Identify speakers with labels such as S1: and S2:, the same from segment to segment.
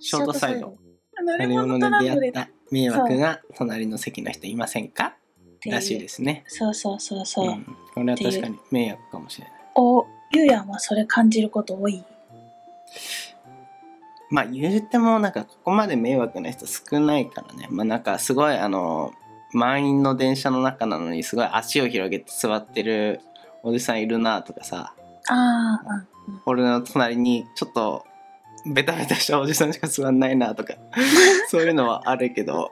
S1: ショートサイド。
S2: 乗り
S1: 乗り
S2: 物ト
S1: 物
S2: ラ
S1: で出
S2: ブ
S1: 会
S2: ル
S1: っ
S2: だった
S1: 迷惑な隣の席の人いませんか
S2: ていう
S1: らしいですね。
S2: そうそうそうそうう、
S1: ん、これは確かに迷惑かもしれない。
S2: おゆうやんはそれ感じること多い
S1: まあ言うてもなんかここまで迷惑な人少ないからね。まあなんかすごいあの満員の電車の中なのにすごい足を広げて座ってるおじさんいるなとかさ、
S2: ああ
S1: 俺の隣にちょっとベタベタしたおじさんしか座んないなとかそういうのはあるけど、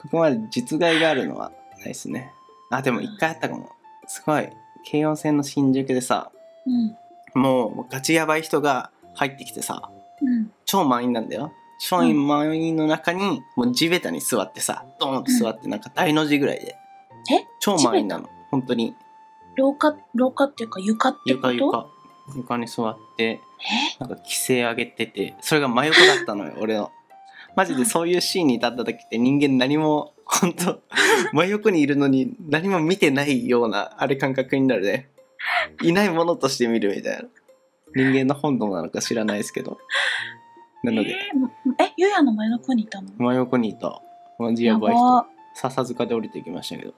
S1: ここまで実害があるのはないですね。あでも一回あったかも。すごい京王線の新宿でさ、
S2: うん
S1: もうガチやばい人が入ってきてさ。
S2: うん
S1: 超満員なんだよ超満員の中に、もう地べたに座ってさドーンと座ってなんか大の字ぐらいで、
S2: え
S1: 超満員なの本当に
S2: 廊下廊下っていうか床ってこ
S1: 床
S2: と
S1: 床床に座って
S2: え
S1: なんか規制上げててそれが真横だった のよ俺のマジでそういうシーンに立った時って人間何も本当真横にいるのに何も見てないようなあれ感覚になるねいないものとして見るみたいな人間の本能なのか知らないですけどなので
S2: えーむえゆうやんの前の子にいたの
S1: 真横にいたマジやばい人笹塚で降りてきましたけど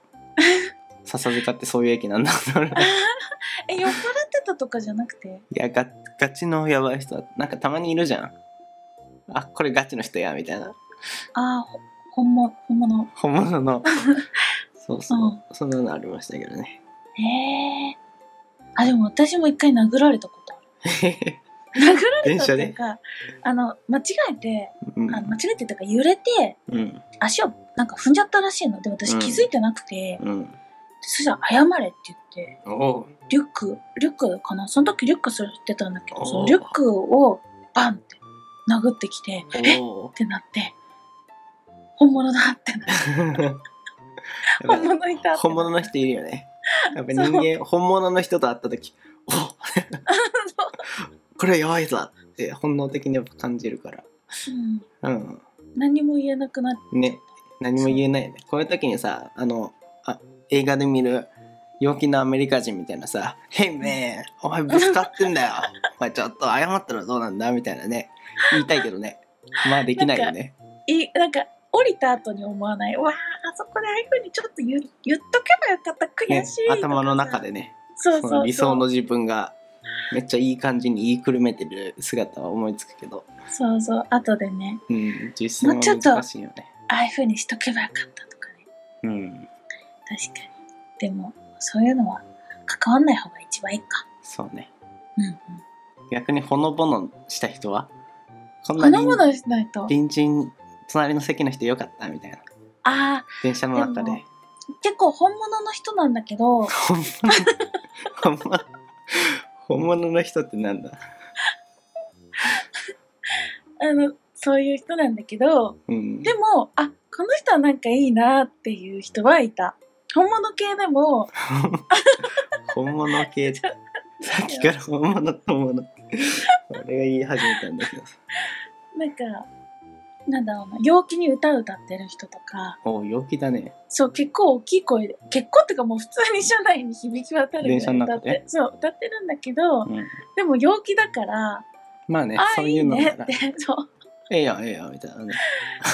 S1: 笹塚ってそういう駅なんだ い
S2: え酔っ払ってたとかじゃなくて
S1: やガガチのやばい人はなんかたまにいるじゃんあこれガチの人やみたいな
S2: ああほ本物本物
S1: 本物 のそうそう、
S2: うん
S1: そんなのありましたけど ね
S2: ええあでも私も一回殴られたことある殴られ
S1: 電
S2: たっ
S1: 車
S2: ていう
S1: で、
S2: かあの間違えて
S1: うん
S2: あの間違えてとか揺れて
S1: うん
S2: 足をなんか踏んじゃったらしいので私気づいてなくて、
S1: うん
S2: そしたら「謝れ」って言って
S1: おう
S2: リュックリュックかなその時リュック背負ってたんだけ
S1: お
S2: ど
S1: ー
S2: そのリュックをバンって殴ってきて「えっ!」
S1: おう
S2: てなって本物だってなって本物いたって
S1: 本物の人いるよねやっぱ人間本物の人と会った時 お これやばいぞって本能的にやっぱ感じるから
S2: うん
S1: うん
S2: 何も言えなくなっ
S1: ね何も言えないよねこういう時にさあのあ映画で見る陽気なアメリカ人みたいなさ「Hey man お前ぶつかってん だよお前ちょっと謝ったらどうなんだ」みたいなね言いたいけどねまあできないよね
S2: いなんか降りた後に思わないわああそこでああいうふうにちょっと言う言っとけばよかった悔
S1: ね
S2: しい、
S1: 頭の中でね
S2: そう
S1: そ
S2: そうそ
S1: の
S2: う
S1: 理想の自分がめっちゃいい感じに言いくるめてる姿は思いつくけど、
S2: そうそう後でね
S1: うん、実
S2: もうちょ
S1: 践
S2: っと
S1: は難しいよね。
S2: ああいうふうにしとけばよかったとかね
S1: うん、
S2: 確かにでもそういうのは関わんない方が一番いいか
S1: そうね
S2: うんうん
S1: 逆にほのぼのした人はこんな
S2: この
S1: に
S2: ものしないと
S1: 隣人隣の席の人よかったみたいな
S2: ああ
S1: 電車の中で
S2: でも結構本物の人なんだけど
S1: 本物本物本物の人ってなんだ
S2: あのそういう人なんだけど
S1: うん
S2: でもあこの人はなんかいいなっていう人はいた本物系でも
S1: 本物系ってさっきから本物本物って俺が言い始めたんだけどさ
S2: なんかなんだろうな陽気に歌歌ってる人とか
S1: おう陽気だね
S2: そう結構大きい声で結構っていうかもう普通に車内に響き渡るぐらい
S1: 電
S2: 歌
S1: 車の中
S2: って
S1: で
S2: そう歌ってるんだけど、
S1: うん
S2: でも陽気だから
S1: まあね
S2: ああ
S1: そう
S2: い
S1: い
S2: いう
S1: のな
S2: ね
S1: ら
S2: ってそう
S1: ええやんええやんみたいなね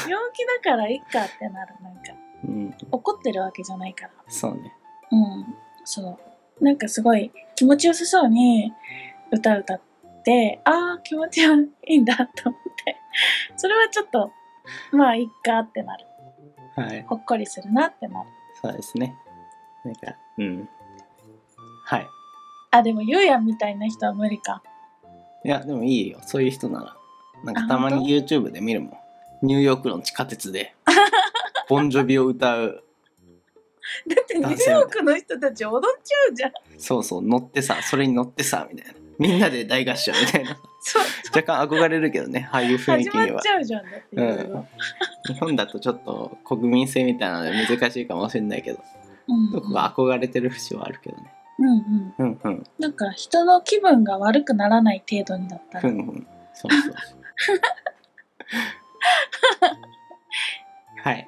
S2: 陽気だからいっかってなるなんか
S1: うん
S2: 怒ってるわけじゃないから
S1: そうね
S2: うんそうなんかすごい気持ちよさそうに歌歌ってああ気持ちいいんだと思ってそれはちょっとまあいっかってなる
S1: はい
S2: ほっこりするなってなる
S1: そうですねなんかうんはい
S2: あでもゆうやんみたいな人は無理か
S1: いやでもいいよそういう人ならなんか
S2: あ
S1: たま
S2: 本
S1: に YouTube で見るもんニューヨークの地下鉄 でボンジョビを歌う
S2: だってニューヨークの人たち踊っちゃうじゃん
S1: そうそう乗ってさそれに乗ってさみたいなみんなで大合唱みた いな
S2: そう
S1: 若干憧れるけどねああいう雰囲
S2: 始
S1: 気
S2: ま
S1: に
S2: っ
S1: は
S2: ちゃうじゃんだっていろいろ
S1: 日本だとちょっと国民性みたいなので難しいかもしれないけど
S2: うん
S1: どこか憧れてる節はあるけどね
S2: うんうん
S1: うんうん
S2: なんか人の気分が悪くならない程度にだった
S1: ふ
S2: ら
S1: んふんそうそうそう はい
S2: っ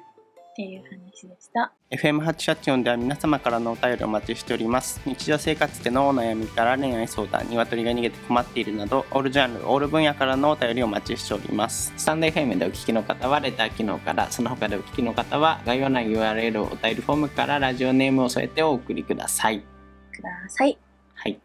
S2: ていう話しでした。
S1: FM884 では皆様からのお便りをお待ちしております。日常生活でのお悩みから恋愛相談、鶏が逃げて困っているなど、オールジャンル、オール分野からのお便りをお待ちしております。スタンド FM でお聞きの方はレター機能から、その他でお聞きの方は概要欄 URL お便りフォームからラジオネームを添えてお送りください。
S2: ください。
S1: はい。